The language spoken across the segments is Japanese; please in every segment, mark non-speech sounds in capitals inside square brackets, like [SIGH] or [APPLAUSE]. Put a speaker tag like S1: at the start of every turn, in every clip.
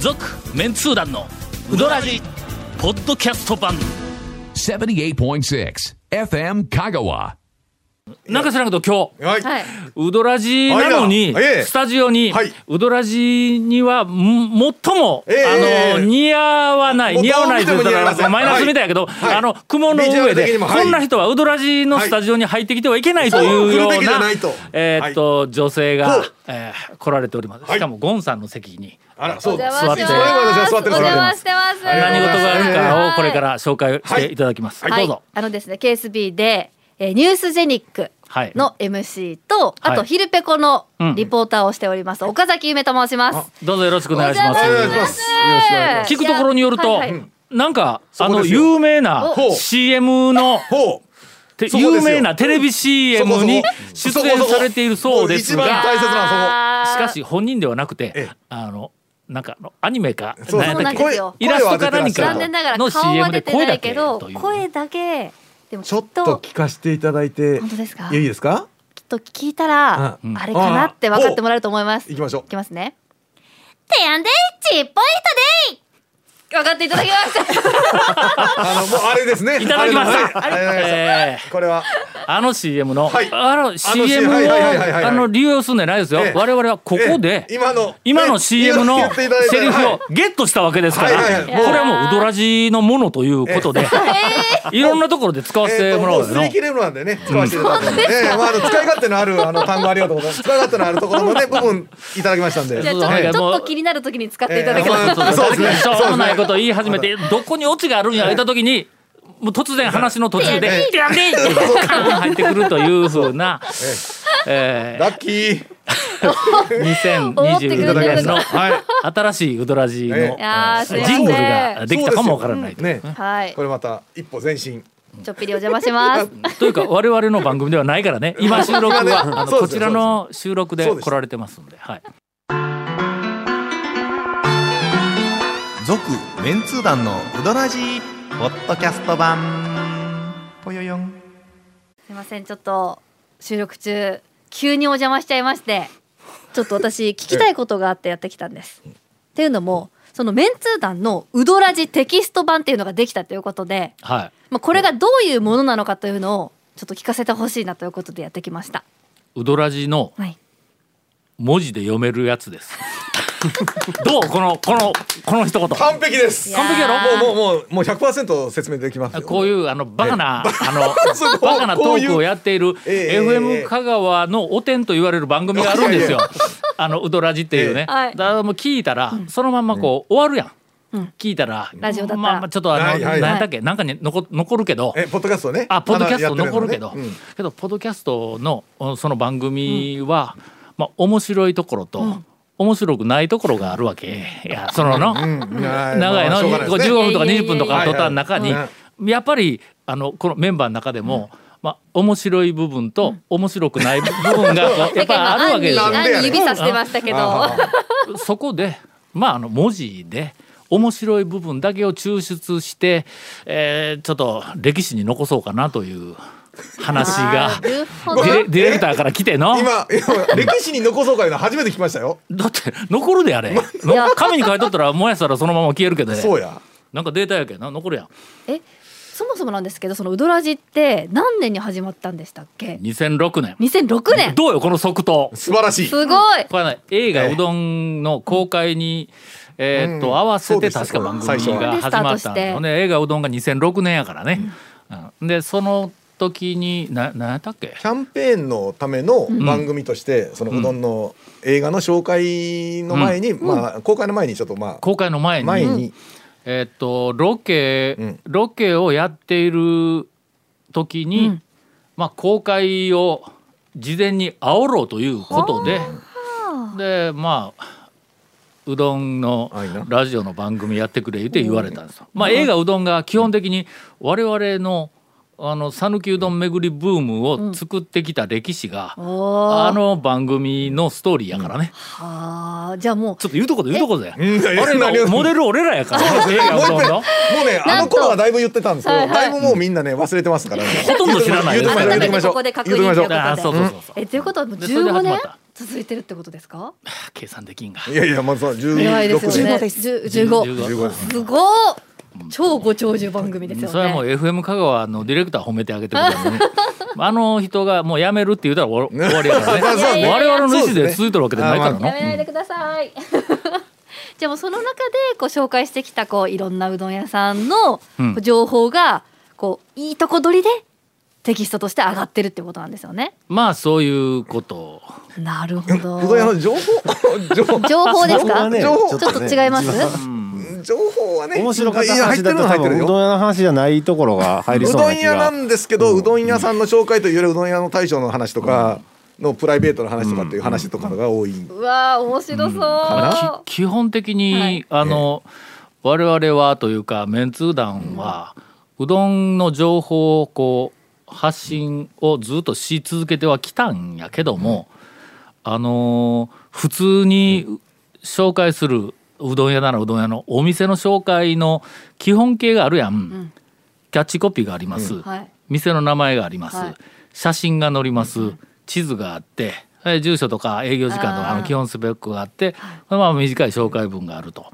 S1: 続メンツー団のウドラジポッドキャスト版
S2: 78.6 FM Kagawa.
S1: なんか知らんけど今日
S3: はい。
S4: はい。
S1: ウドラジなのに
S3: あいやええ
S1: スタジオに
S3: はい
S1: ウドラジにはん最も
S3: ええ
S1: あの
S3: ええ
S1: 似合わない
S3: もう
S1: 似合わないと言った
S3: どう見ても似合いませ
S1: ら
S3: ん
S1: マイナスみたいやけど
S3: はい
S1: あの雲の上
S3: ビジュアル的
S1: で
S3: にもはい
S1: こんな人はウドラジのスタジオに入ってきてはいけないというよう
S3: そう来るべきじゃ
S1: な
S3: ないと
S1: えーっと女性が
S3: ほう
S1: えー来られております
S3: はい
S1: しかもゴンさんの席に
S3: あら、そう
S4: お
S3: です。
S4: 邪魔してます。
S1: 座って
S3: 私は座ってます
S4: お邪魔してます。
S1: 何事があるかをこれから紹介し
S3: は
S1: て
S3: い
S1: いただきます
S4: は
S1: どう
S4: い
S1: ぞ。
S4: あのですね、KSB で、えーニュースジェニック
S1: はい
S4: の MC と、
S1: はい
S4: あとヒルペコの
S1: うん
S4: リポーターをしております、岡崎夢と申します。
S1: どうぞよろしくお
S4: お
S1: 願いします
S3: お願いします
S1: 聞くところによると、
S4: はいはい
S1: なんかあ
S3: こ
S1: の
S3: ですよ
S1: 有名な
S3: ほう
S1: CM の
S3: ほう。
S1: て
S3: そこで
S1: 有
S3: すよ
S1: 名なテレビ CM に
S3: そ
S1: 出
S3: こそ
S1: 演
S3: こ
S1: されているそうです
S3: もう一番
S1: が
S3: 大切な
S1: しかし本人ではなく
S3: え
S1: て
S3: え
S1: あのなんかあのアニメか
S3: そこ。
S1: 何やったっけ
S4: そうなんですよ
S1: イラストか
S3: 声を当
S1: 何
S3: ててら
S1: か
S3: っ
S4: 残
S3: しゃ
S4: 念
S3: る
S4: なが
S1: の
S4: ら顔は
S1: CM
S4: 出
S1: で
S4: てな
S1: 声だ
S4: い
S1: け
S4: けど、
S1: という
S4: 声だけ、でも
S5: ちょっと聞かせていただいて
S4: 本当ですか
S5: いいですか
S4: きっと聞いたら、
S5: う
S4: あれかなって分かってもらえると思います。
S3: うん行きまし
S1: [LAUGHS]
S3: ょう
S4: いきますね。てやんでちっぽい人でい分かっていただきま
S1: [LAUGHS]
S4: した。
S3: あの、もうあれですね。
S1: いただきました
S3: あれのはいはいはい
S1: ええ
S3: これは。
S1: あの CM の
S3: はい
S1: あの CM を
S3: はいはいはいはいはい
S1: あの利用するんじゃないですよ
S3: ええ
S1: 我々はここで
S3: え今の。
S1: 今の
S3: ね
S1: CM の
S3: 言っていただいた
S1: セリフ
S3: は
S1: をゲットしたわけですか
S3: はい
S1: ら
S3: はい
S1: こ
S3: は
S1: れ
S3: い
S1: はもうウドラジのものということでいろんなところで使わ
S3: い
S1: せ
S3: え
S1: て
S3: ーと
S1: もらお
S3: も
S1: う
S3: う
S1: よ
S3: 擦り切れるなんでね、使わせていただいて、えーまあ、あの使い勝手のあるあの単語ありがとうございます。使い勝手のあるところまで部分いただきましたんで。
S4: じゃあちょ
S1: はい
S4: ちょ
S1: はい
S4: っと気になる時に使っていただけ
S3: ええ
S4: ます。
S3: まあそうですね
S1: しょうもないこと言い始めて、どこにオチがあるんや言った時に、もう突然話の途中で、
S4: ええ
S1: ってやんでってカーン入ってくるというふう
S3: [LAUGHS]
S1: な、え
S3: ラッキー。
S1: ー、
S4: 思ってくれてる
S1: 2022年の
S3: はい。
S1: 新しいウドラジの
S3: ええ
S1: え
S3: い
S4: やー
S1: ー
S4: すいませ
S1: ジ
S4: ん
S1: ングルができたかもわからないと。
S3: ね。
S4: はい
S3: こ。れまた一歩前進。
S4: ちょっぴりお邪魔します。
S1: というか我々の番組ではないからね今収録
S3: まあね
S1: はあの
S3: [LAUGHS] そう
S1: こ
S3: です
S1: ち
S3: よ
S1: らの収録で
S3: そうです
S1: 来られてますんで、はい、
S6: 続メンツー団のウドラジーポッドキャスト版ぽよよん
S4: すいません、ちょっと収録中急にお邪魔しちゃいまして、ちょっと私聞きたいことがあってやってきたんです。っていうのも、そのメンツー団のウドラジテキスト版っていうのができたということで、
S1: はい、
S4: まあ、これがどういうものなのかというのをちょっと聞かせてほしいなということでやってきました。
S1: ウドラジの
S4: はい。
S1: 文字で読めるやつ
S3: [LAUGHS]
S1: です。どうこのこのこの一言。
S3: 完璧です。
S4: 完璧やろ
S3: もうもうもうもう100%説明できますよ。
S1: こういうあのバカな、あの
S3: [LAUGHS] そう
S1: バカなト
S3: こうい
S1: ー
S3: う
S1: クをやっている
S3: ええ
S1: FM 香川のお天と言われる番組があるんです
S3: [LAUGHS]
S1: よ。あのウドラジっていうね。
S4: ええは
S1: だ
S4: い
S1: からもう聞いたらそのまんまこう終わるやん。聞いたら
S4: ラジオだったら
S1: まあまあちょっとあの
S3: はいはい
S1: 何やったっけなんかに残残るけど。
S3: えポッドキャストね。
S1: あポッドキャスト
S3: まだやって
S1: 残る
S3: のね
S1: けど、
S3: うん
S1: けどポッドキャストのうんその番組は、まあ面白いところと、面白くないところがあるわけいやそのの、
S3: うん
S1: [LAUGHS]
S3: はい
S1: 長い
S3: ま
S1: の、
S3: あしょうがないですね
S1: 15分とか20分と
S3: い
S1: か
S3: やいや
S1: 取
S3: いや
S1: った中に
S3: はいは
S1: やっぱりあのこのメンバーの中でも、まあ、面白い部分と面白くない部分
S3: [LAUGHS]
S1: がこうやっぱりあるわけです
S4: な
S1: よ
S4: んか今
S3: な
S4: ア
S3: んでや
S4: ンにアン
S3: ね
S4: に
S3: ん
S4: 指さしてましたけ
S1: [LAUGHS]
S4: ど。
S3: あー
S1: そこでまああの文字で面白い部分だけを抽出して、えーちょっと歴史に残そうかなという話が
S4: なるほ
S1: デ
S4: ど。
S1: ィレディレクターから来ての
S3: 今今歴史に残そうかいうの初めて聞きましたよ。
S1: だって残るであれの紙に書いとったら燃やしたらそのまま消えるけどね
S3: そうや。
S1: なんかデータやけんな残るやん
S4: え、そもそもなんですけど、そのウドラジって何年に始まったんでしたっけ？
S1: 2006年
S4: 2006年。
S1: どうよこの即答
S3: 素晴らしい。
S4: すごい。
S1: これはね映画「うどん」の公開に、えーっと合わせ
S3: そう
S1: て
S3: でした
S1: 確か番組
S3: そう
S1: が
S4: です
S1: 始まったんだよね映画「うどん」が2006年やからね、うんでその時にな何やったっけ
S3: キャンペーンのための番組として、そのうどんの映画の紹介の前に、まあ公開の前にちょっとまあ
S1: 公開の前に
S3: 前に、
S1: えーっとロケ、
S3: うん
S1: ロケをやっている時に、
S4: うん
S1: まあ、公開を事前に煽ろうということででまあうどんの
S3: あいいな
S1: ラジオの番組やってくれ言って言われたんですよ。まあ、映画うどんが基本的に我々のあの讃岐うどん巡りブームを作ってきた歴史が、
S4: おー
S1: あの番組のストーリーやからね、
S4: はあ。じゃあもう
S1: ちょっと言うとこで言うとこで
S3: うんいやいや
S1: 俺
S3: [LAUGHS] 何
S1: の
S3: を
S1: モデル俺らやから
S3: [LAUGHS]
S1: 映画うどんの。
S3: もうねあの頃はだいぶ言ってたんですけど、
S4: はいはい
S3: だいぶもうみんなね忘れてますから、ね、
S1: ほとんど知らない
S3: 言うときましょう
S4: 改めてここで確認
S3: 言うときましょ
S1: あそ
S3: う
S4: ということで
S1: うそうそうそう
S4: えということはもう
S1: でそれで
S4: 15
S1: 始ま
S4: 年
S1: った
S4: 続いてるってことですか
S1: 計算できんが。
S3: いやいやまずは
S4: 偉いですよ
S3: 16
S4: ね
S7: 15です
S4: 十十五
S1: 15
S3: 15です
S4: すごっ超ご長寿番組ですよね
S1: それはもう FM 香川のディレクター褒めてあげてください
S3: [LAUGHS]
S1: ねあの人がもう辞めるって言うたら終わ終わりやからね
S3: まあそう
S4: ね
S1: 我々の意思
S3: そうです
S1: で
S3: ね
S1: 続いてるわけじゃないから
S3: あ
S1: な、
S3: ま
S4: やめないでください。 [LAUGHS] じゃあもうその中でこう紹介してきたこういろんなうどん屋さんの
S1: うん
S4: 情報がこういいとこ取りでテキストとして上がってるってことなんですよね。
S1: まあそういうこと
S4: なるほど。
S3: うどん屋の情報 [LAUGHS] 情報
S4: 情報ですか？
S3: 情報
S4: ちょっと違います。
S3: 情報はね
S8: 面白かった
S3: いや入っ
S8: 話
S3: て
S8: だ
S3: るの
S8: と
S3: は
S8: 多
S3: 入ってる
S8: 分う
S3: よ
S8: どん屋の話じゃないところが入り
S3: う
S8: そう
S3: ど
S8: なん気
S3: 屋な
S8: が
S3: んですけど、うどん屋さんの紹介というよりうどん屋の大将の話とか、のプライベートの話とかっていう話とかが多い、
S4: うわあ面白そう。
S1: まあき基本的に、
S4: はい
S1: あの、我々はというかメンツー団は、うどんの情報をこう発信をずっとし続けてはきたんやけども、あのー普通に紹介するうどん屋ならうどん屋のお店の紹介の基本形があるやん、
S4: ん
S1: キャッチコピーがあります、
S4: はい。
S1: 店の名前があります、
S4: はい
S1: 写真が載ります、地図があってえ住所とか営業時間とか
S4: あー
S1: あの基本スペックがあってまあ、短い紹介文があると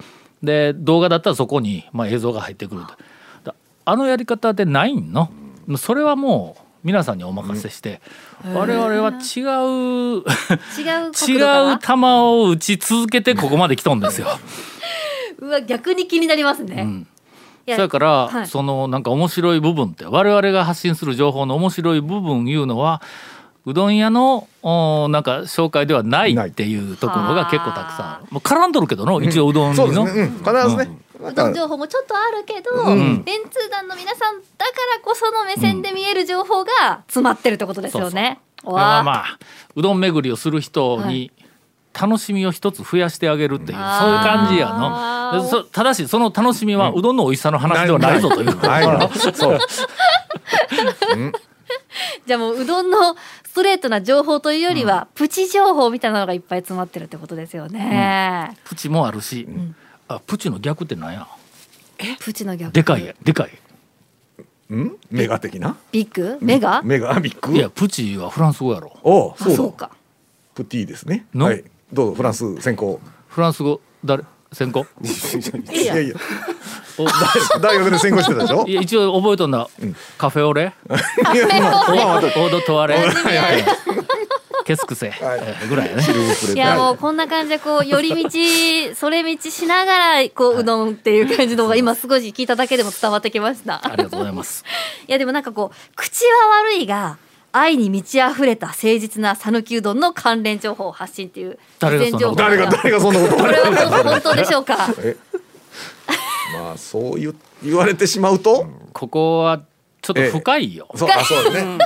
S1: で動画だったらそこに、まあ、映像が入ってくるとだあのやり方でないんの、それはもう皆さんにお任せして、我々は違う
S4: 違う角
S1: [LAUGHS] 違
S4: 度か
S1: う球を打ち続けてここまで来とんですよ。
S4: な。うわ逆に気になりますね。
S1: ん
S4: いや
S1: だから、
S4: はい
S1: そのなんか面白い部分って我々が発信する情報の面白い部分いうのはうどん屋のおーなんか紹介ではない
S3: ない
S1: っていうところが結構たくさんあるもう絡んどるけどの一応うどんに
S3: そうです
S1: の、
S3: ね、うん、必ずね、な
S4: うんどん
S3: か
S4: 情報もちょっとあるけど、
S1: ん
S4: メンツー団の皆さんだからこその目線で見える情報が詰まってるってことですよね。
S1: ま
S4: わ
S1: あ
S4: あ
S1: まあうどん巡りをする人
S4: は
S1: に
S4: い
S1: 楽しみを一つ増やしてあげるっていう、
S4: あー
S1: そういう感じやのでそただしその楽しみはうどんの美味しさの話ではないぞという
S3: ないのそう
S4: じゃあもううどんのストレートな情報というよりは、プチ情報みたいなのがいっぱい詰まってるってことですよね。
S1: プチもあるし、あプチの逆ってなんや
S4: プチの逆。
S1: でかい。でかい
S3: うんメガ的な
S4: ビッグ？メガ？
S3: メガビッ
S1: い
S3: グ
S1: やプチはフランス語やろ
S3: おう
S4: あ
S3: そうだ
S4: そうか。
S3: プティですね
S1: の
S3: はいどうぞフランス先行
S1: フランス語誰専攻
S3: いやいや [LAUGHS] 大大学で先行してたでしょ
S1: いや一応覚えとんだ、カフェオレ
S3: いやまあ
S1: オ
S3: まあまあ
S1: ードオードトワレ
S4: はいはい
S1: ケスクセ、
S3: はい
S1: えーぐらいやね
S4: いやもうこんな感じでこう寄り道それ道しながらこううどんっていう感じの方が今少し聞いただけでも伝わってきました。
S1: ありがとうございます
S4: [LAUGHS] いやでもなんかこう口は悪いが愛に満ち溢れた誠実な讃岐うどんの関連情報を発信っていう
S1: 誰がそんなこと
S3: 誰が誰がそんなこと
S4: これは本当でしょうか
S3: え [LAUGHS] まあそう言う言われてしまうと、
S1: ここはちょっと深いよ、
S3: そうあそうだね、うん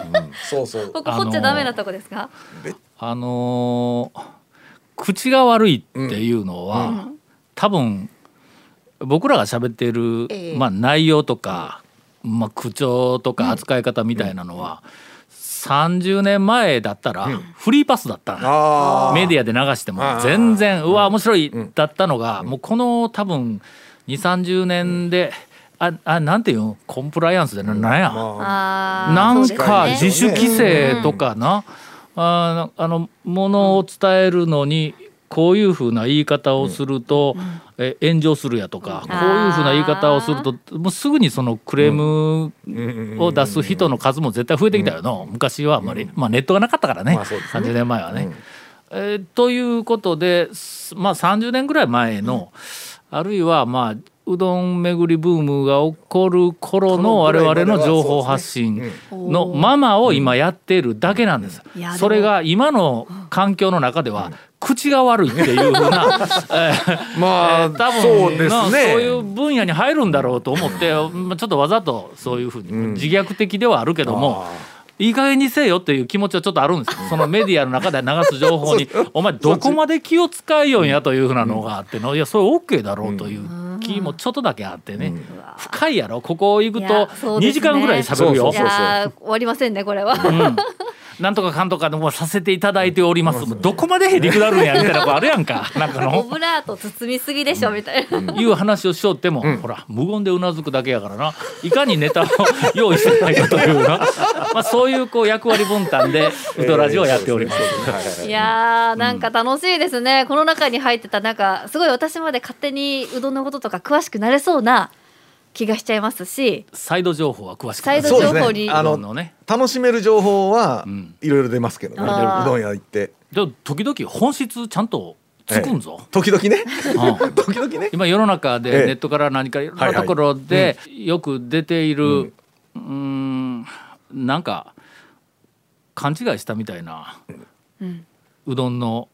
S3: そうそう
S4: ここ掘っちゃダメなとこですか、
S1: あのー口が悪いっていうのは、多分僕らが喋っている、
S7: ええ
S1: まあ、内容とか、まあ、口調とか扱い方みたいなのは、30年前だったらフリーパスだったのよ
S3: あ
S1: メデ
S3: ィ
S1: ィアで流しても
S3: あー
S1: 全然うわ面白いだったのが、もうこの多分2 3 0年で、ああなんていうんコンプライアンスでななんや、
S4: あー
S1: なん
S4: そうですよ
S1: か
S4: ね
S1: 自主規制とかな、あーあのものを伝えるのにこういうふうな言い方をすると、え炎上するやとか、こういうふうな言い方をするともうすぐにそのクレームを出す人の数も絶対増えてきたよの、昔はあんまり、まあ、ネットがなかったからね,、
S3: まあそうですね
S1: 30年前はね。えーということで、すまあ、30年ぐらい前の、あるいはまあうどん巡りブームが起こる頃の
S3: こ
S1: 我
S3: のぐら
S1: 々
S3: いまでは
S1: の情報
S3: そうですね
S1: 発信のママを今やっているだけなんです
S4: うんいやで。も
S1: それが今の環境の中では口が悪いっていうふうな、えー
S3: まあ、
S1: えー多分
S3: そうですね
S1: なそういう分野に入るんだろうと思って、まあちょっとわざとそういうふうに
S3: ん
S1: 自虐的ではあるけども。いい加減にせよっていう気持ちはちょっとあるんですよそのメディアの中で流す情報にお前どこまで気を使いよんやというふうなのがあってのいやそれ OK だろうという気もちょっとだけあってね深いやろここ行く
S4: い
S1: と
S4: やそう
S1: 2
S4: です
S1: 時
S4: ね
S1: 間ぐらい喋るよ
S4: いやー終わりませんねこれは、
S1: なんとかかんとかでもさせていただいております、どこまでへりくだるんやみたいなとこあるやん
S3: [LAUGHS]
S1: かなんか
S4: オ
S1: の
S4: ブラート包みすぎでしょみたいな、
S1: いう話をしよっても、ほら無言でうなずくだけやからないかにネタを用意してないかというな、 [LAUGHS] まあ、そういうこう役割分担でウドラジオをやっております。
S4: いやーなんか楽しいですね、この中に入ってたなんかすごい私まで勝手にうどんのこととか詳しくなれそうな気がしちゃいますし
S1: サイド情報は詳しく
S4: サイド
S3: そうで
S4: 情
S3: す
S4: 報に、
S3: ねあ
S1: の
S3: の
S1: のね
S3: 楽しめる情報は
S1: ん
S3: いろいろ出ますけどね、う
S4: あー
S3: どん屋行って
S1: でも時々本質ちゃんとつくんぞ、
S3: 時々ね
S1: うん
S3: [LAUGHS] 時々ね
S1: 今世の中
S3: え
S1: で
S3: え
S1: ネットから何かいろんなところでよく出ているうーんなんか勘違いしたみたいなうどんの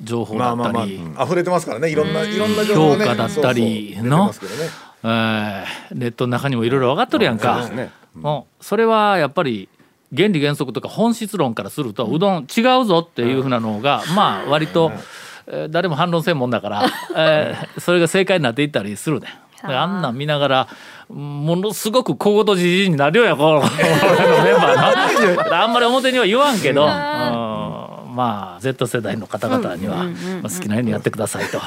S1: 情報
S3: ま
S1: だ
S3: あ
S1: っ
S3: まあま
S1: た
S3: あ
S1: り
S3: 溢れてますからねいろんないろんな情報ね
S1: 評価だったりの
S3: そうそう出てますけどね
S1: えーネットの中にもいろいろ分かっとるやんか
S8: そうですね。
S1: もうそれはやっぱり原理原則とか本質論からするとうどん違うぞっていうふうなのがまあ割とえー誰も反論せんもんだからえーそれが正解になっていったりするね。
S4: あー
S1: であんなん見ながらものすごく小言じじいになるよやこの [LAUGHS] 俺のメンバーな。あんまり表には言わんけど。うんまあ Z 世代の方々にはまあ好きなようにやってくださいと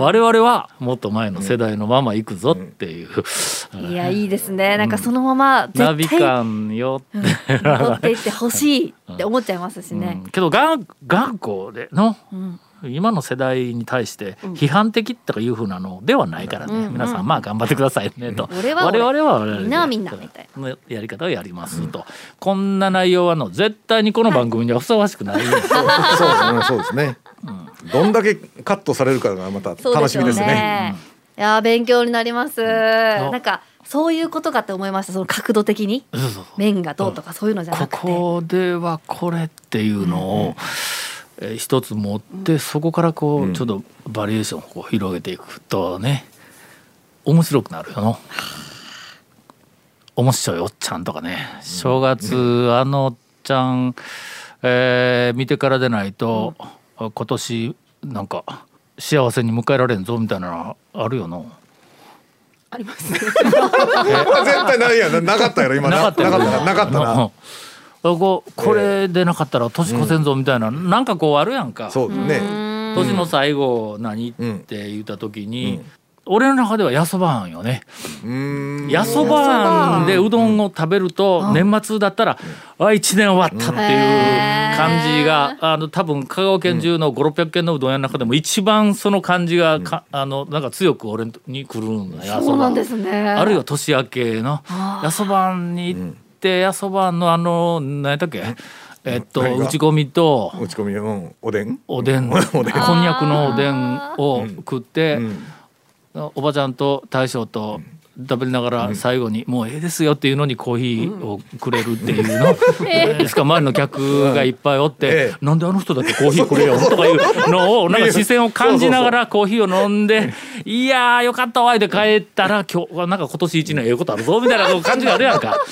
S1: 我々はもっと前の世代のまま行くぞっていう
S4: いやいいですねなんかそのまま
S1: ナビ
S4: 絶対
S1: 感よって
S4: 持っていってほしいって思っちゃいますしね
S1: [LAUGHS] う、んけど頑頑固での、今の世代に対して批判的とかいうふうなのではないからね、
S4: うん
S1: 皆さんまあ頑張ってくださいねと、
S4: 俺は俺
S1: 我々は我々で
S4: みんなはみんなみたい
S1: のやり方をやりますと、こんな内容はの絶対にこの番組にはふさわしくない、
S3: そうですねそうですねどんだけカットされるかがまた
S4: そうで
S3: 楽
S4: し
S3: し
S4: ょう
S3: み
S4: ね
S1: [LAUGHS]
S3: ですね
S4: いやー勉強になります、なんかそういうことかって思いましたその角度的に
S1: そうそう
S4: 面がどうとかそういうのじゃな
S1: こ
S4: くて
S1: こではこれっていうのを、えー一つ持ってそこからこうちょっとバリエーションをこう広げていくとね面白くなるよの。面白いおっちゃんとかね正月、あのおっちゃん、えー見てからでないと、今年なんか幸せに迎えられんぞみたいなのあるよの。
S3: 絶対ないやななかったやろ今
S1: なかったよ
S3: なかったなかった
S1: うんう
S3: なん
S1: こうこれでなかったら年越せんぞみたいな、なんかこうあるやんか、
S3: そうね
S1: 年の最後何、
S3: うん
S1: って言った時に、俺の中ではやそばあんよね
S3: うーん
S1: やそばあんでうどんを食べると年末だったら、あ一年終わったっていう感じが、あの多分香川県中の5600軒のうどん屋の中でも一番その感じがか、あのなんか強く俺に来るんだや
S4: そう
S1: ばあ
S4: なん
S1: ん
S4: ですね
S1: あるいは年明けのやそばんに行ってやそばんのあの何やったっけえっと
S3: 何
S1: 打
S3: が
S1: ち込みと
S3: 打ち込みうんおでん
S1: [LAUGHS] おでんこんに
S3: おでん
S1: ゃくのおでんを食って
S3: ん
S1: おばちゃんと大将と食べながら最後に「もうええですよ」っていうのにコーヒーをくれるっていうの [LAUGHS] えーしかも周りの客がいっぱいおって
S3: え
S1: 「なんであの人だけコーヒーく [LAUGHS] れよ」とかいうのをなんか視線を感じながらコーヒーを飲んで [LAUGHS] 「いやーよかったわ」で帰ったら今日なんか今年一年ええことあるぞみたいな感じがあるやんか。 [LAUGHS]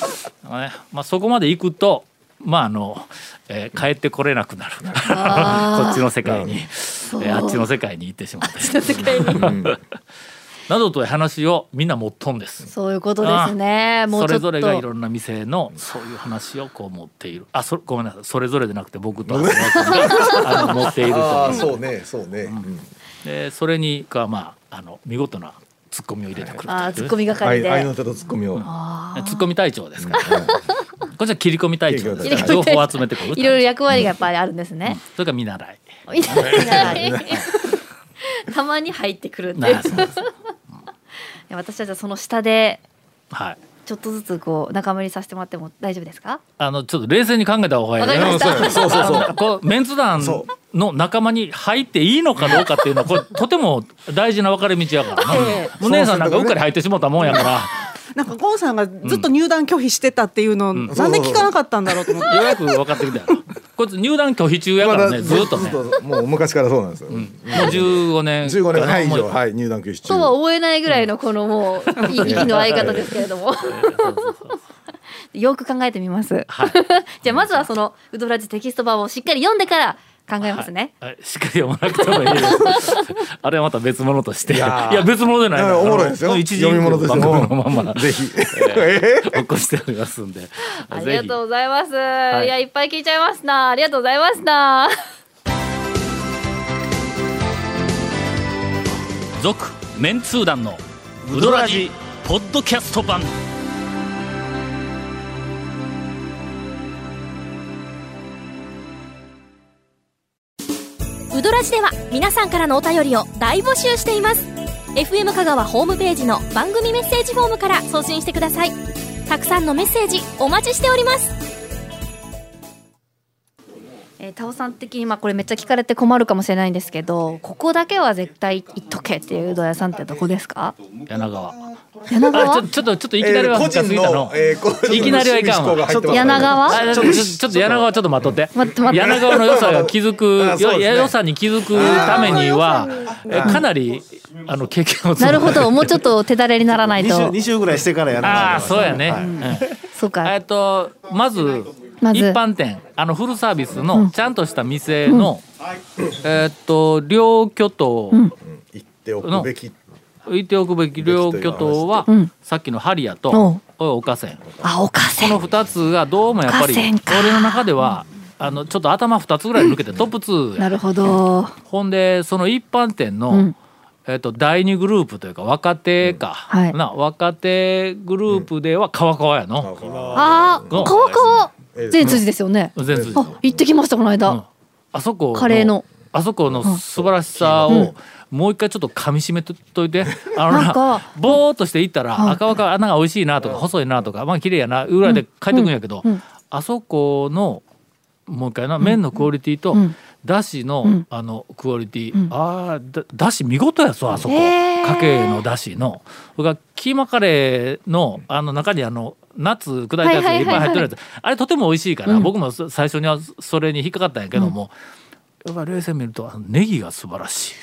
S1: ねまあ、そこまで行くとまああの、えー帰ってこれなくなる [LAUGHS] こっちの世界に、えーあっちの世界に行ってしまって [LAUGHS]
S4: 世界に
S1: などという話をみんな持っとんです。
S4: [LAUGHS] そういうことですねもう
S1: そ
S4: ちょ
S1: れ
S4: っと
S1: ぞれがいろんな店のそういう話をこう持っているあそごめんなさいそれぞれでなくて僕と
S4: [LAUGHS]
S1: 長谷川君があの持っている
S3: あ
S1: と
S3: あそうねそうねうん
S1: でそれにかまああの見事なツッコミを入れてくるという
S4: あーツッコミ係
S3: 愛
S4: で
S3: 愛の手とツッコミを
S1: ツッコミ隊長ですから、こ
S4: [LAUGHS]
S1: っちは切り込み隊長ですから
S4: 切り込
S1: 情
S4: み隊長
S1: 報を集めてくる
S4: いろいろ役割がやっぱりあるんですね、
S1: それから見習い。
S4: [LAUGHS] みたいな
S1: [LAUGHS]
S4: たまに入ってくるっていう
S1: なあそうです
S4: いや私たちはその下で
S1: はい。
S4: ちょっとずつこう仲間にさせてもらっても大丈夫ですか
S1: あのちょっと冷静に考えた方がいい
S4: わかり
S1: ね。
S4: ました
S3: うんそうそうそう
S1: こうメンツ団
S3: そ
S1: の仲間に入っていいのかどうかっていうのはこれとても大事な分かれ道やからな
S7: え
S1: お姉さんなんかうっかり入ってしもたもんやから
S7: なんかゴンさんがずっと入団拒否してたっていうの、なんで聞かなかったんだろうと思って。
S1: ようやく分かってきたやろこいつ入団拒否中やか
S3: ま
S1: ら
S3: だ
S1: ねずっとねもう
S3: ずっもう昔からそうなんですよ
S1: 15年
S3: 15年はい以上
S1: い
S3: はい入団休止中
S4: とは思えないぐらいのこのもうい [LAUGHS] 息の合い方ですけれど [LAUGHS] も [LAUGHS] よく考えてみます、じゃあまずはそのウドラジテキスト版をしっかり読んでから考えますね。
S1: はいはいしっかり読まなくてもいいです [LAUGHS] あれはまた別物としてい
S3: や
S1: や
S3: ー
S1: 別物でない
S3: いや
S1: あの
S3: おもろいですよ
S1: 一時
S3: 読み物としても
S1: のまま
S3: ぜひ。
S1: [LAUGHS] 起こしておりますんで
S4: あり
S1: ぜ
S4: が
S1: ひ
S4: とうございます。
S1: い
S4: い、やいっぱい聞いちゃいました。ありがとうございました。
S1: 続メンツー団のウドラジポッドキャスト版
S9: ウドラジでは皆さんからのお便りを大募集しています FM 香川ホームページの番組メッセージフォームから送信してくださいたくさんのメッセージお待ちしております
S4: えー、タオさん的にまあこれめっちゃ聞かれて困るかもしれないんですけど、ここだけは絶対行っとけっていううどん屋さんってどこですか？
S1: 柳川
S4: 柳
S1: あち
S4: 川
S1: ょ？ちょっとちょっといきな
S3: え
S1: りは
S3: ー個
S1: ムカ
S3: 人
S1: ついたの
S3: の、えー個人の
S1: いきなりはいかんわ
S3: 趣味嗜好が入ってます
S4: 柳川？
S1: あちょっとちょっと柳川ちょっと待っとって
S4: 待って待って
S1: 柳川の良さが気づく
S3: あそうですね
S1: よ良さに気づくためにはえかなりあの経験を積んで
S4: なるほど、もうちょっと手だれにならない
S8: 二週
S4: と。
S8: 二週ぐらいしてからや
S1: [LAUGHS]
S8: る
S1: ああそうやね、うん
S4: そうか。
S1: えっとまず
S4: まず
S1: 一般店あのフルサービスのちゃんとした店の、えっと両巨頭、
S3: 行っておくべき。
S1: 言っておくべき両巨頭は、
S4: うん
S1: さっきのハリア
S4: うん
S1: と岡線
S4: あ、おかせ
S1: こ。の2つがどうもやっぱり
S4: 岡線か
S1: 俺の中ではあのちょっと頭2つぐらい抜けてトップ2
S4: な
S1: や
S4: るほど。
S1: ほんでその一般店の、
S4: ん
S1: えっと第2グループというか若手か、
S4: うんはい
S1: な若手グループでは川川やの、
S4: あー、
S1: うん
S4: 川川
S3: うん
S4: 全辻ですよね。
S1: 全然
S4: あ、行ってきましたこの間。
S1: うんあそこの
S4: カレーの
S1: あそこの素晴らしさをもう一回ちょっと噛み締めと
S4: [LAUGHS]
S1: いてあの
S4: なん
S1: な
S4: か
S1: ぼーっとしていったら
S4: い
S1: 赤若穴が美味しいなとか細いなとかまあ綺麗やなぐらいで帰ってくんやけど
S4: うんうん
S1: あそこのもう一回な麺のクオリティと
S4: うん
S1: だしの
S4: ん
S1: あのクオリティ
S4: ん
S1: あーだだし見事やぞあそこ
S4: へー
S1: かけのだしのそれからキーマカレーのあの中にあのナッツ砕いたやつがいっぱい入ってるやつあれとても美味しいから、僕もそ最初にはそれに引っかかったんやけども、やっぱ冷静に見るとあのネギが素晴らしい、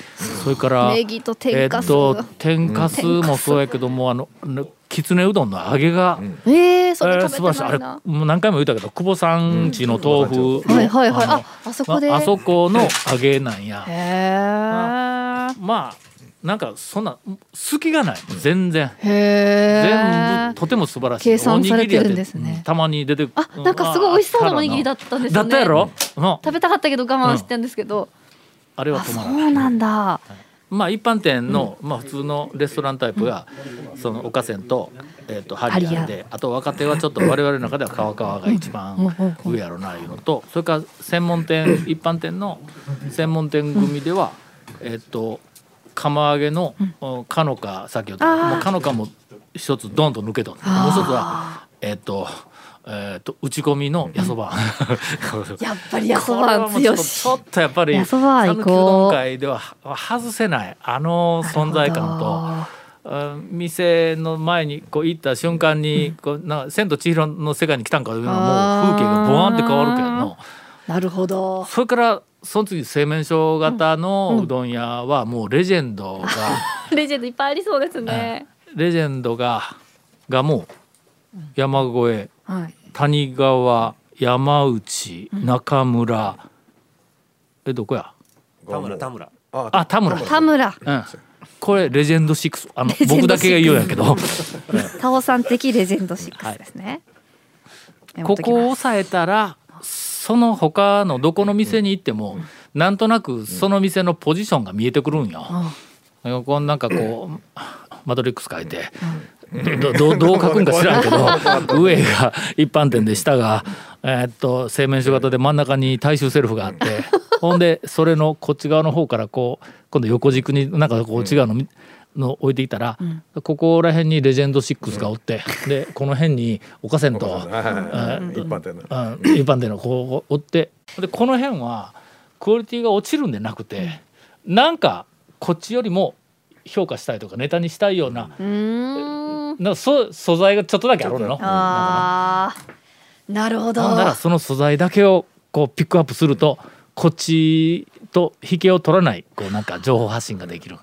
S1: それから
S4: ネギと
S1: え
S4: 天か
S1: っ
S4: す。
S1: と天かすもそうやけども、あのあのきつねうどんの揚げが、
S4: ええー、そ
S1: え
S4: れ
S1: ー
S4: 食
S1: 素晴
S4: べ
S1: ら
S4: て
S1: しい
S4: な
S1: あ
S4: い
S1: れ
S4: な。
S1: もう何回も言ったけど久保さんちの豆腐、
S4: はいはいはい。
S1: あの
S4: あ、あそこで。
S1: ああそこの揚げなんや。
S4: へえ。
S1: まあなんかそんな隙がない全然
S4: へ
S1: 全
S4: え
S1: 部。とても素晴らしい
S4: 計算されてるんですね
S1: おにぎりやでうんたまに出てくる
S4: あ、なんかすごい美味しそうなおにぎりだったんです
S1: だ
S4: よ
S1: っ
S4: ね。
S1: たやろ、うん
S4: 食べたかったけど我慢してんですけど。
S1: あれは
S4: あ、
S1: 止ま
S4: そ
S1: らないう
S4: なんだ。
S1: まあ一般店の、まあ普通のレストランタイプが、そのおかせんと,、えー、とハリアン
S4: ハリ
S1: であと若手はちょっと我々の中では川川が一番上やろないうのとそれから専門店一般店の専門店組では、えっ、と釜揚げの、おかのか先ほど
S4: あー
S1: もうかのかも一つドンと抜けともう一つはえっ、と,、えー、と打ち込みのやそば、 [LAUGHS]
S4: やっぱりやそ
S1: これは
S4: ば
S1: もうちょっ
S4: 強
S1: と
S4: し
S1: ちょ。っとやっぱり
S4: やそばは行こ
S1: 讃岐
S4: う
S1: うどん界ではは外せないあの存在感と。
S4: あ
S1: うん店の前にこう行った瞬間にこうな千と千尋の世界に来たんかというのはもう風景がボワンって変わるけどの
S4: ーなるほど。
S1: それからその次製麺所型のうどん屋はもうレジェンドが、
S4: レジェンドいっぱいありそうですね。
S1: レジェンドががもう山越え
S4: はい。
S1: 谷川山内中村、えどこや
S3: 田村田村。あ
S1: あ田村
S4: 田村、
S1: うん、これレジェンド6あの
S4: レジェンド6
S1: 僕だけが言うんやけど
S4: タオさん的レジェンド6ですね。メモ
S1: こ
S4: っとき
S1: こを
S4: ます
S1: 抑えたらその他のどこの店に行ってもなんとなくその店のポジションが見えてくるんよ。こうなんかこ [COUGHS] うマトリックス書いてどどどう書くんか知らんけど [LAUGHS] 上が一般店で下がえーっと製麺所型で真ん中に大衆セルフがあってほんでそれのこっち側の方からこう今度横軸になんかこう違うの,、の置いていたら、ここら辺にレジェンド6がおって、でこの辺に岡線と。
S3: はいはいはい
S1: うん
S3: 一般店の。
S1: あ一般でのこう追ってでこの辺はクオリティが落ちるんでなくてなんかこっちよりも評価したいとかネタにしたいような
S4: うーん。
S1: なんかそ素材がちょっとだけあるのよ
S4: ああ。なるほど。
S1: なんならその素材だけをこうピックアップするとこっちと引けを取らないこうなんか情報発信ができる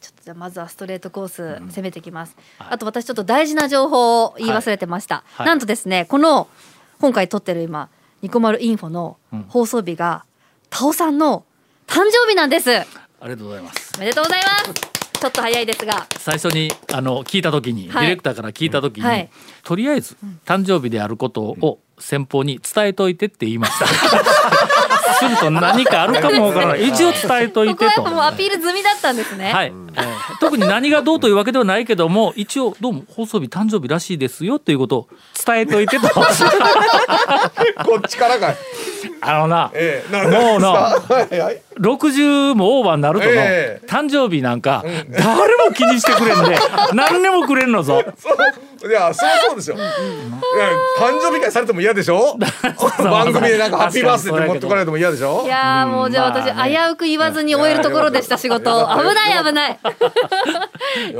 S4: ちょっとじゃあまずはストレートコース攻めてきます、あと私ちょっと大事な情報を言い忘れてました、
S1: はい
S4: なんとですねこの今回撮ってる今ニコマルインフォの放送日がタオさんの誕生日なんです
S1: ありがとうございます
S4: おめでとうございますちょっと早いですが
S1: 最初にあの聞いた時に、
S4: はい
S1: ディレクターから聞いた時に、
S4: うんはい
S1: とりあえず誕生日であることを先方に伝えといてって言いま
S4: [LAUGHS]
S1: したすると何かあるかもわからない一応伝えと
S4: こ
S1: い
S4: こ
S1: て
S4: はや
S1: と
S4: っぱもうアピール済みだったんですね、
S1: はい、えー特に何がどうというわけではないけども一応どうも放送日誕生日らしいですよということを伝えといてと
S3: こっちからかい。
S1: [LAUGHS] あのな
S3: ええ、な
S1: もうな
S3: はいはい。
S1: 60もオーバーになるとの、
S3: ええ
S1: 誕生日なんか誰も気にしてくれんで何でもくれんのぞ
S3: そういやそうそうですよ、いや誕生日会されても嫌でし
S1: [LAUGHS]
S3: ょ番組でなんかハッピーバースデーって持ってこられても嫌でしょ
S4: いやーもうじゃあ私
S1: まあね
S4: 危うく言わずに終えるところでした仕事危ない危ない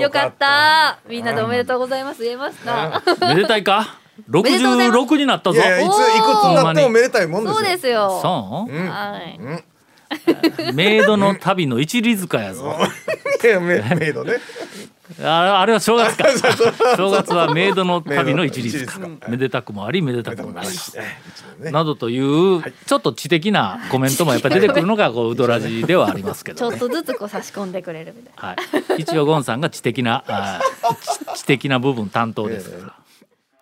S4: よかったみんなでおめでとうございます言えました
S1: めでたいか
S4: めでとうございます
S1: 66になった
S3: い
S1: ぞ
S3: やいやいついくつ
S4: おー
S3: になってもめでたいもんですよ
S4: そうですよ
S1: そう
S3: うん
S4: はい
S1: メイドの旅の一里塚やぞ
S3: いやメメイドね
S1: ああれは正月か正月はメイドの旅の一里塚
S3: メイドの一里塚
S1: めでたくもありめでたくもなし
S3: ね
S1: などというちょっと知的なコメントもやっぱり出てくるのがこうウドラジではありますけ
S4: ち
S1: ど
S4: ょっ
S1: ね。
S4: とずつこう差し込んでくれるみたい
S1: はい、一応ゴンさんが知的なあー知知的な部分担当ですから。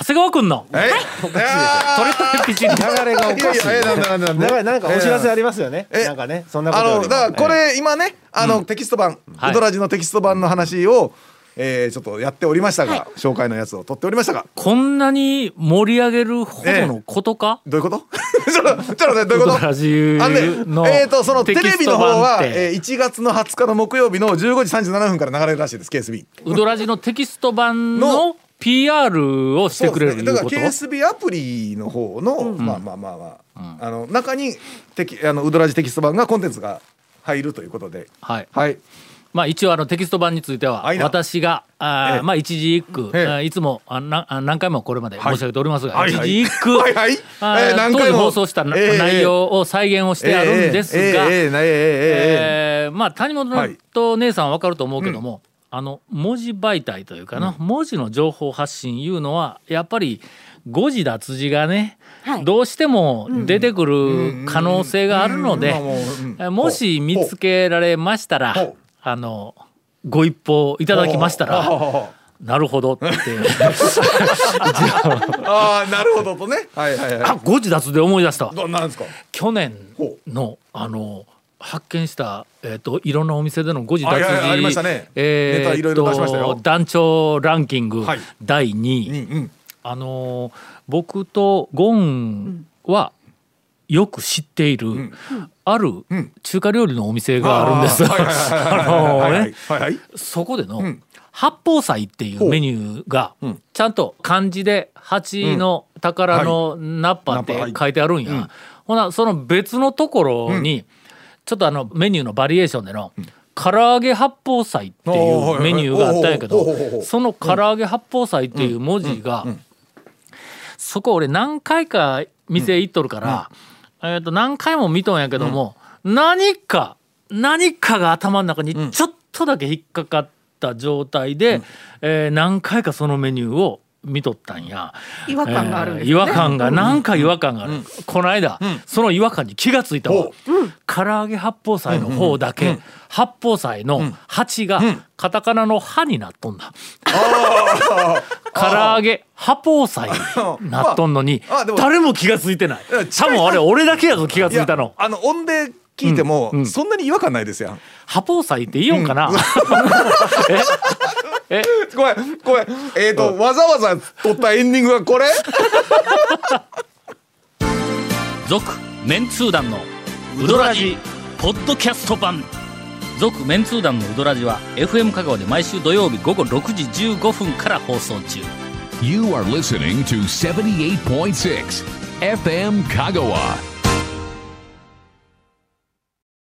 S1: 長谷川くんの「
S3: はい
S1: トレトレピチン」
S8: 流れがおかしい。
S3: いやいやなんだなんだなんだ
S8: なんかなんかお知らせありますよね。
S3: え
S8: なんかねそんなこと
S3: あ
S8: よ
S3: の
S8: りも
S3: だからこれ今ねあのテキスト版
S1: はい
S3: ウドラジのテキスト版の話をえーちょっとやっておりましたが紹介のやつを取っておりましたが
S1: こんなに盛り上げるほどのことか、
S3: どういうこと [LAUGHS] ちょっとちょっと待ってどう
S1: ウ
S3: いうこ
S1: ド
S3: と
S1: ラジ
S3: あのね
S1: の
S3: えー、とそのテ
S1: テ
S3: レ
S1: キス
S3: ビ
S1: ト
S3: の方
S1: 版っ
S3: は、
S1: て
S3: えー、1月の20日の木曜日の15時37分から流れるらしいです KSB
S1: ウドラジのテキスト版
S3: の
S1: の PR をしてくれる
S3: そ
S1: とい
S3: うですね
S1: う
S3: だか
S1: こと、
S3: ら KSB アプリの方の、まあまあまあまあ,、あの中にテキあのウドラジテキスト版がコンテンツが入るということで
S1: はい
S3: はい
S1: まあ、一応あのテキスト版については
S3: はいな
S1: 私があー、
S3: ええ
S1: まあ、一字一句、
S3: ええ
S1: あーいつもあなあ何回もこれまで申し上げておりますが、
S3: はいはい
S1: 一字一句、
S3: はいはい
S1: あー
S3: ええ何
S1: 当
S3: 回
S1: 時
S3: も
S1: 放送したな、
S3: ええ
S1: 内容を再現をしてあるんですが、
S3: えーえーえーえーえーえーえー
S1: えーまあ谷本のと姉さんは分かると思うけども、あの文字媒体というかな、文字の情報発信いうのはやっぱり誤字脱字がね、
S7: はい
S1: どうしても出てくる可能性があるので、
S3: うんうんうんうんまあもう
S1: も
S3: うん
S1: し見つけられました
S3: ほ
S1: ら
S3: う
S1: あのご一報いただきました
S3: あ
S1: ら
S3: ー
S1: なるほど
S3: [LAUGHS]
S1: って [LAUGHS]
S3: あーなるほどとねはいはいは
S1: あ誤字脱字で思い出したわ
S3: いどうなんですか
S1: 去年
S3: ほ
S1: のあの発見した、えー、といろんなお店での5時脱
S3: あいやいやありまし
S1: 字
S3: たね
S1: え
S3: ネタいろいろ出しましたよ
S1: と団長ランキング
S3: はい
S1: 第2位、
S3: うんうん
S1: あのー僕とゴンはよく知っている、
S3: ん
S1: ある
S3: うん
S1: 中華料理のお店があるんです。
S3: はいはい
S1: [LAUGHS] あの
S3: はいはいはい
S1: ーね
S3: はいはいはい
S1: そこでの、
S3: ん
S1: 八宝菜っていうメニューが
S3: うん
S1: ちゃんと漢字で「八の宝のナッパ」って
S3: ナッパはい
S1: 書いてあるんや、ほなその別のところにちょっとあのメニューのバリエーションでの「唐揚げ八宝菜」ってい
S3: お
S1: う
S3: ー
S1: メニューがあったんやけ
S3: おーおーおーお
S1: ど
S3: ー
S1: その「唐揚げ八宝菜」っていう文字がそこ俺何回か店行っとるから、えー、と何回も見とんやけども、何か何かが頭の中にちょっとだけ引っかかった状態で、えー何回かそのメニューを見とったんや
S7: 違和感があるんですね
S1: えー違和感がなんか違和感がある、この間、その違和感に気がついたわ、唐揚げ八宝菜の方だけ、八宝菜の「八」がカタカナの「歯になっとんだ、唐揚げ八宝菜になっとんのに
S3: ああでも
S1: 誰も気が付いてない
S3: や
S1: 多分あれ俺だけやぞ気が付いたの
S3: やあの音で聞いても、
S1: うんうん
S3: そんなに違和感ないですやん。
S1: 八宝菜って言おうかな、
S3: ごめんごめんえっ、と、わざわざ撮ったエンディングがこれ
S1: 続メンツー団のウドラジポッドキャスト版続メンツー団のウドラジは FM 香川で毎週土曜日午後6時15分から放送中
S2: You are listening to 78.6 FM Kagawa.